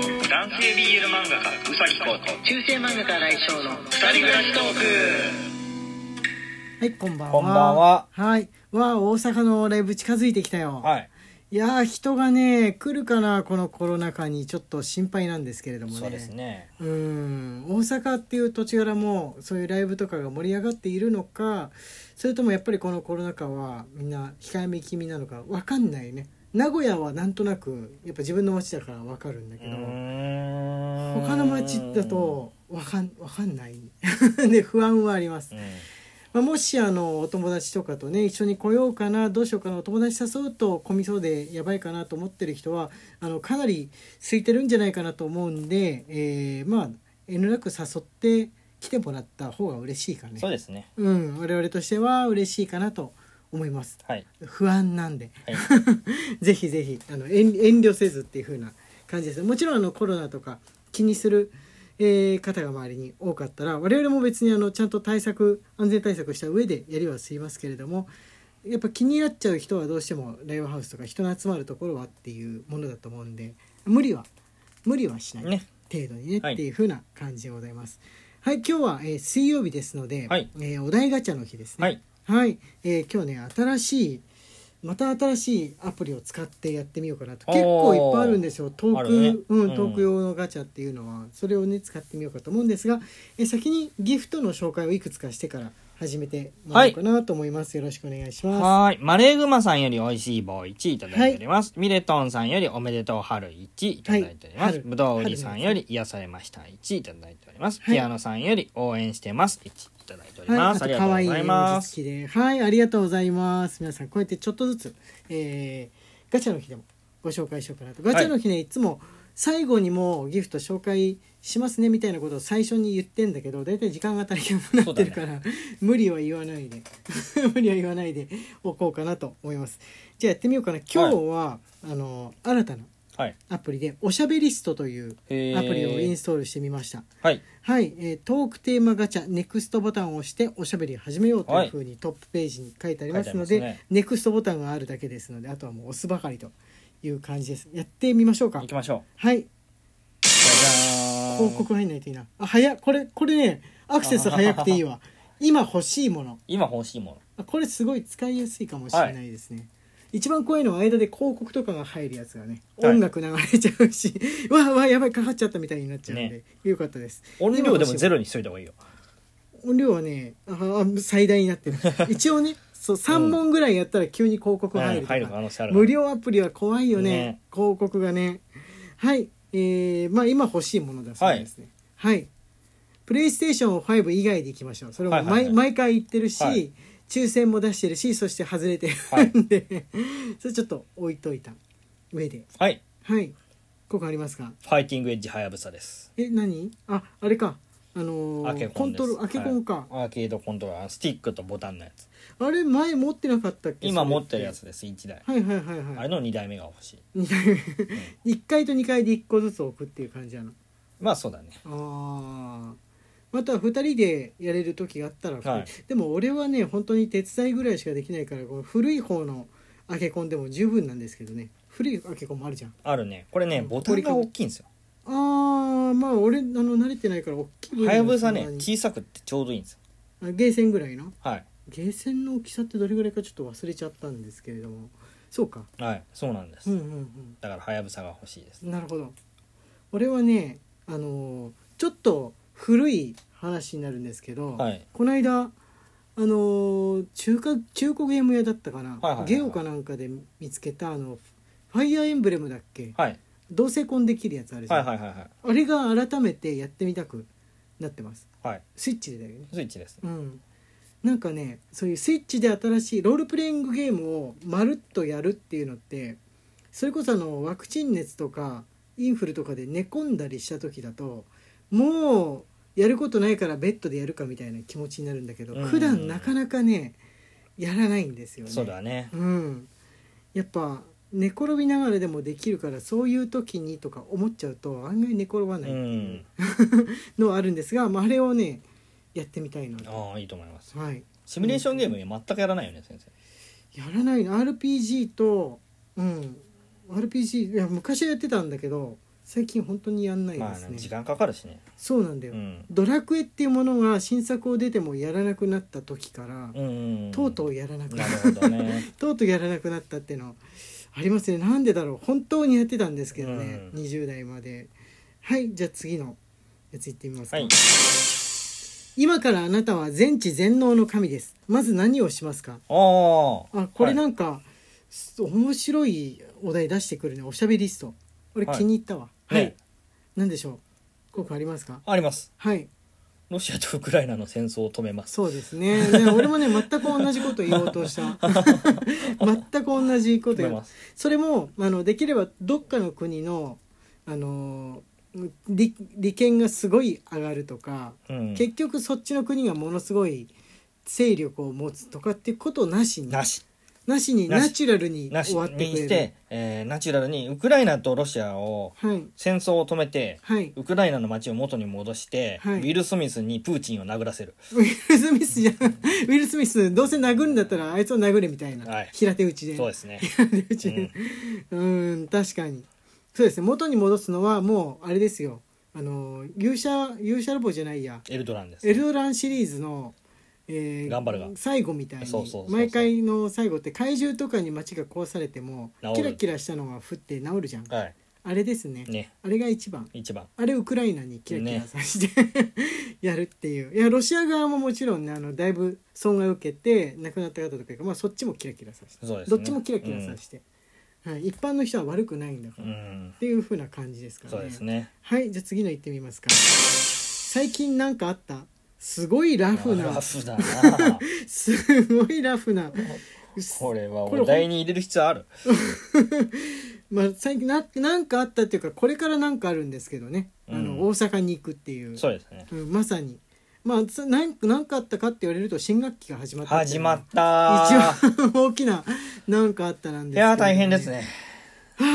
系 BL 漫画家うさぎこと中世漫画家来翔の二人暮らしトークはいこんばんはこんばんは。はいわあ大阪のライブ近づいてきたよ、はい。い、やー人がね来るかなこのコロナ禍にちょっと心配なんですけれどもねそうですね。うん大阪っていう土地柄もそういうライブとかが盛り上がっているのかそれともやっぱりこのコロナ禍はみんな控えめ気味なのか分かんないね名古屋はなんとなくやっぱ自分の町だから分かるんだけど他他の町だ。と分かんわかんない で不安はありますう、んまあ、もしあのお友達とかとね一緒に来ようかなどうしようかなお友達誘うと混みそうでやばいかなと思ってる人はあのかなり空いてるんじゃないかなと思うんで、えーまあ遠慮なく誘って来てもらった方が嬉しいかねそうですね。うん我々としては嬉しいかなと思いますはい。不安なんではい。 ぜひぜひあの遠遠慮せずっていう風な感じですもちろんあのコロナとか気にする、えー方が周りに多かったら我々も別にあのちゃんと対策安全対策した上でやりはしますけれどもやっぱ気になっちゃう人はどうしてもライブハウスとか人の集まるところはっていうものだと思うんで無理は無理はしないね程度にねはいっていう風な感じでございます。はい、今日は、えー水曜日ですので、はいえーお題ガチャの日ですね。はい。はい、えー今日ね新しいまた新しいアプリを使ってやってみようかなとおー結構いっぱいあるんですよトーあク、るねうんうんトーク用のガチャっていうのはそれをね使ってみようかと思うんですが、えー先にギフトの紹介をいくつかしてから始めてもらおうかなと思います、よろしくお願いしますはーい。マレーグマさんより美味しい棒1いただいております。ミレトンさんよりおめでとう春1いただいておりまはす。いぶどう売りさんより癒されました1いただいております。はいピアノさんより応援してます1いただいておりはまい、あす。あとりがとう可愛ごいざい絵ま文字す。付きではいありがとうございます皆さんこうやってちょっとずつ、えーガチャの日でもご紹介しようかなとガチャの日ね、い、つも最後にもうギフト紹介しますねみたいなことを最初に言ってんだけど大体時間が足りなくなってるから、 無理は言わないで 無理は言わないでおこうかなと思いますじゃあやってみようかな今日は、あの新たなはい。アプリでおしゃべりストというへーアプリをインストールしてみましたはい。はい、えートークテーマガチャネクストボタンを押しておしゃべり始めようとはいいうふうにトップページに書いてありますので書いてありますねネクストボタンがあるだけですのであとはもう押すばかりという感じですやってみましょうか行きましょはい、う。じゃじゃーん広告入んないといいなあ早っこれこれねアクセス早くていいわ今欲しいもの今欲しいもの。あこれすごい使いやすいかもしれないですね、一番怖いのは間で広告とかが入るやつがねはい音楽流れちゃうし、 わあわあやばいかかっちゃったみたいになっちゃうんで、ねよかったです音量でも今ゼロにしといた方がいいよ。音量はねああ最大にな ってる一応ねそう3問ぐらいやったら急に広告うん入るとか、入る可能性あるな無料アプリは怖いよねね広告がねはいえー、まあ今欲しいものだそうですねはい、プレイステーション5以外でいきましょうそれも毎,、はいはいはい毎回言ってるし、はい抽選も出してるしそして外れてはるいんで、 それちょっと置いといた上ではい。はいここありますかファイティングエッジはやぶさです。え何ああれかあのーアーケココンンですトロールアケコンか、はいアーケードコントローラースティックとボタンのやつあれ前持ってなかったっけ今それ持ってるやつです1台、はいはいはいあはれいの2台目が欲しい二回目 一回と二回で一個ずつ置くっていう感じなのまあそうだねああまた二人でやれる時があったら、はいでも俺はね本当に手伝いぐらいしかできないからこの古い方のアケコンでも十分なんですけどね古いアケコンもあるじゃんあるねこれねボタンが大きいんですよあーまあ俺あの慣れてないから大きい分はやぶさねそんなに小さくってちょうどいいんですよあゲーセンぐらいのはいゲーセンの大きさってどれぐらいかちょっと忘れちゃったんですけれどもそうかはいそうなんです、うんうんうんだからはやぶさが欲しいですなるほど俺はねあのーちょっと古い話になるんですけど、はいこの間あのー中華中古ゲーム屋だったかな、はいはいはいゲオかなんかで見つけたあのファイアーエンブレムだっけはい同性婚できるやつあるじゃはん、いはいはいはいあれが改めてやってみたくなってますはいスイッチでだよねスイッチですねうんなんかねそういうスイッチで新しいロールプレイングゲームをまるっとやるっていうのってそれこそあのワクチン熱とかインフルとかで寝込んだりした時だともうやることないからベッドでやるかみたいな気持ちになるんだけど、うん普段なかなかねやらないんですよね。そうだねうん、やっぱ寝転びながらでもできるからそういう時にとか思っちゃうと案外寝転ばなういっていうんのはあるんですが、まあ、あれをねやってみたいなと。ああいいと思いますはいシミュレーションゲームね全くやらないよね先生やらないの RPG とうん RPG いや昔はやってたんだけど最近本当にやんないまであすね,、時間かかるしねそうなんだうよ、んドラクエっていうものが新作を出てもやらなくなった時から、うんうんうんとうとうやらなくななっるたほどねとうとうやらなくなったっていうのありますねなんでだろう本当にやってたんですけどね、う20代まではいじゃあ次のやついってみますか、 はい今からあなたは全知全能の神ですまず何をしますかあああこれはないんか、す面白いお題出してくるねおしゃべりスト俺はい気に入ったわはねい、なんでしょう効果ありますかありますはいロシアとウクライナの戦争を止めますそうですね ね俺もね全く同じこと言おうとした全く同じこと止め言おうますそれもあのできればどっかの国のあのー利利権がすごい上がるとか、うん結局そっちの国がものすごい勢力を持つとかっていうことなしになしなしになしナチュラルになし終わってにくれしるて、えーナチュラルにウクライナとロシアをはい戦争を止めてはいウクライナの街を元に戻して、はいウィル・スミスにプーチンを殴らせるウィル・スミスじゃんウィル・スミスどうせ殴るんだったらあいつを殴れみたいな、はい平手打ちでそ うですね平手打ちでうーん確かにそうですね元に戻すのはもうあれですよあの勇者勇者ラボじゃないやエルドランですエルドランシリーズの、えー頑張るが最後みたいにそうそうそうそう毎回の最後って怪獣とかに街が壊されても治るキラキラしたのが降って治るじゃんあはいれですねねあれが一番一番あれウクライナにキラキラさせて、 やるっていういやロシア側ももちろんねあのだいぶ損害を受けて亡くなった方とかいるからまあ、そっちもキラキラさせて、そうですねどっちもキラキラさせて、はい、一般の人は悪くないんだかうら、っんていう風な感じですからねそうですねはいじゃあ次の行ってみますか最近なんかあったすごいラフなラフだな すごいラフな これはこれお題に入れる必要あるまあ最近ななんかあったっていうかこれからなんかあるんですけどね、あうのん大阪に行くっていうそうですねうん、まさにまあつなんなんかあったかって言われると新学期が始まったってい始うまったー一応大きななんかあったなんですどねいやー大変ですねあやっ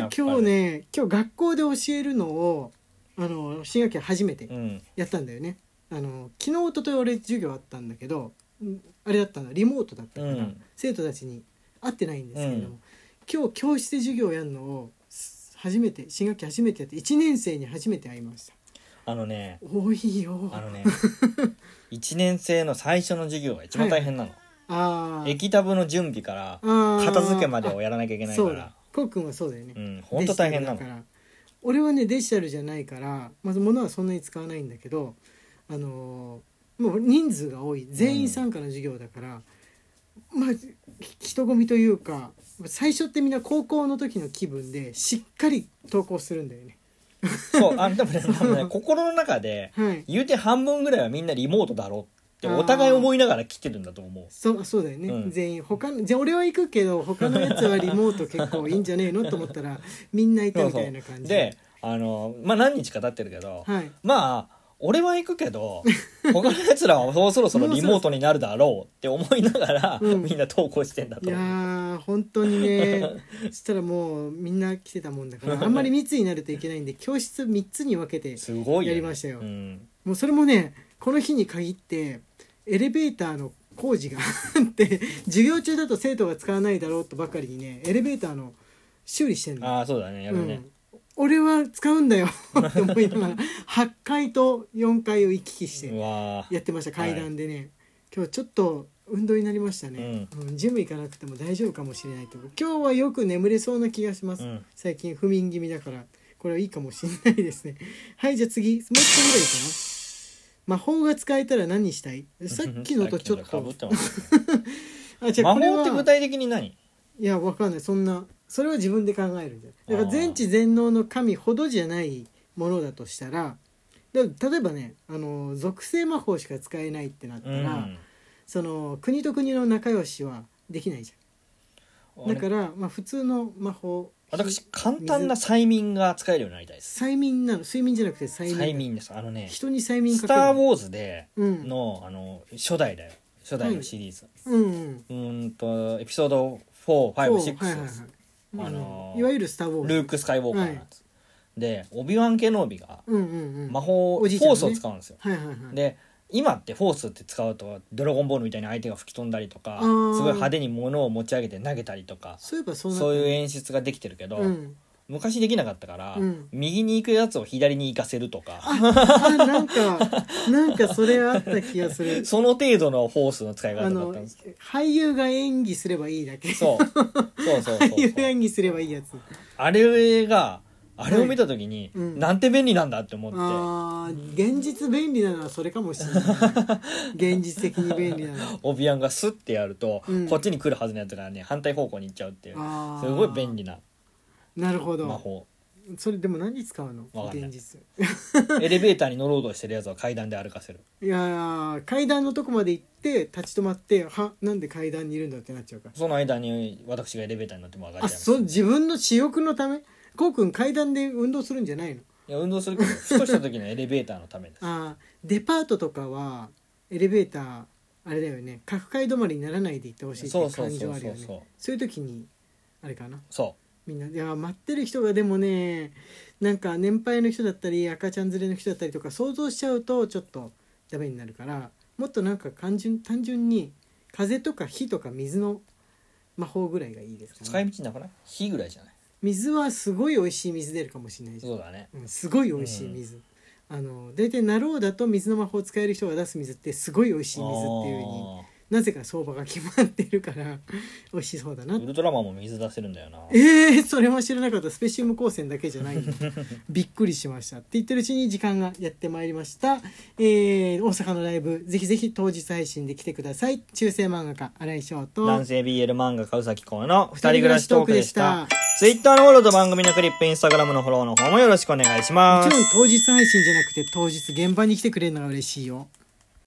ぱーり今日ね今日学校で教えるのをあの新学期初めてうんやったんだよね、あの昨日一昨日俺授業あったんだけどうんあれだったのリモートだったうから、ん生徒たちに会ってないんですけれども、う今日教室で授業やるのをす初めて新学期初めてやって1年生に初めて会いましたあのね多いよ あのね一年生の最初の授業が一番大変なの、あー液タブの準備から片片付けまでをやらなきゃいけないかそうらだこうくんはそうだよね、うんほんと大変なデジタのルだから俺はねデジタルじゃないからまず物はそんなに使わないんだけどあのーもう人数が多い全員参加の授業だから、まあひ人混みというか最初ってみんな高校の時の気分でしっかり投稿するんだよねそうあでもね多分ね心の中ではい言うて半分ぐらいはみんなリモートだろうってあーお互い思いながら来てるんだと思うそうそうだよね、うん全員他のじゃあ俺は行くけど他のやつはリモート結構いいんじゃねえのと思ったらみんないたみたいな感じであのまあ何日か経ってるけど、はいまあ俺は行くけど他のやつらはもう そろそろリモートになるだろうって思いながら、うんみんな投稿してんだいとや思うー本当に ねそしたらもうみんな来てたもんだからあんまり密になるといけないんで教室3つに分けてすごいよねやりましたようんもうそれもねこの日に限ってエレベーターの工事があって授業中だと生徒が使わないだろうとばかりにねエレベーターの修理してんのああそうだねやるね、うん、俺は使うんだよって思いながら8階と4階を行き来しうてわーやってました階段でね、今日ちょっと運動になりましたね、うんジム行かなくても大丈夫かもしれないと今日はよく眠れそうな気がします、うん最近不眠気味だからこれはいいかもしれないですね はいじゃあ次もう一個ぐらいかな魔法が使えたら何したいさっきのとちょっさきの 被とてます あじゃ魔あこれ法って具は体的に何いやわかんないそんなそれは自分で考えるんじゃないだからあー全知全能の神ほどじゃないものだとしたらだ例えばねあの属性魔法しか使えないってなったうら、んその国と国の仲良しはできないじゃんだから、まあ、普通の魔法私簡単な催眠が使えるようになりたいです催眠なの睡眠じゃなくて催眠催眠ですあのね人に催「眠スター・ウるォーズ」でうんのあの初代だよ初代のシリーズ、うんうんうーんとエピソード456はいはいではいす、うんあのーいわゆるスター・ウォーズルーク・スカイウォーカーのやつ、でオビワン・ケノービがうんうんうん魔法、おフじいちゃんォねースを使うんですよ、はいはいはいで今ってフォースって使うとドラゴンボールみたいに相手が吹き飛んだりとかあすーごい派手に物を持ち上げて投げたりとかそういえばそうなったそういう演出ができてるけど、うん昔できなかったから、うん右に行くやつを左に行かせるとかあなん かなんかそれあった気がするその程度のフォースの使いあ方だっのたんです俳優が演技すればいいだけそうそうそうそう 俳優がそう演技すればいいやつあれがあれを見た時に、うんなんて便利なんだって思ってあー現実便利なのはそれかもしれない 現実的に便利なのはオビアンがスッてやると、うんこっちに来るはずのやつがね反対方向に行っちゃうっていうあーすごい便利ななるほ魔ど法それでも何に使うのわかんない現実 エレベーターに乗ろうとしてるやつは階段で歩かせるいやー階段のとこまで行って立ち止まってはなんで階段にいるんだってなっちゃうからその間に私がエレベーターに乗っても上がっちゃあいますそう自分の私欲のためこうくん階段で運動するんじゃないのいや運動するけどふとした時のエレベーターのためです あーデパートとかはエレベーターあれだよね各階止まりにならないで行ってほしいっていそううそう感そうそう情あるよねそういう時にあれかなそみんないや待ってる人がでもねなんか年配の人だったり赤ちゃん連れの人だったりとか想像しちゃうとちょっとダメになるからもっとなんか単純単純に風とか火とか水の魔法ぐらいがいいですうか使ねい道なくない火ぐらいじゃない水はすごい美味しい水出るかもしれないじゃんそうだねうんすごい美味しい水、あの大体なろうだと水の魔法を使える人が出す水ってすごい美味しい水っていうふうになぜか相場が決まってるから美味しそうだなあっーウルトラマンも水出せるんだよなえー、それは知らなかったスペシウム光線だけじゃない んだびっくりしましたって言ってるうちに時間がやってまいりました、えー大阪のライブぜひぜひ当日配信で来てください中世漫画家新井翔と男性 BL 漫画川崎公の二人暮らしトークでし二人暮らたしトークで Twitter のフォローと番組のクリップ Instagram のフォローの方もよろしくお願いしもますちろん当日配信じゃなくて当日現場に来てくれるのが嬉しいよ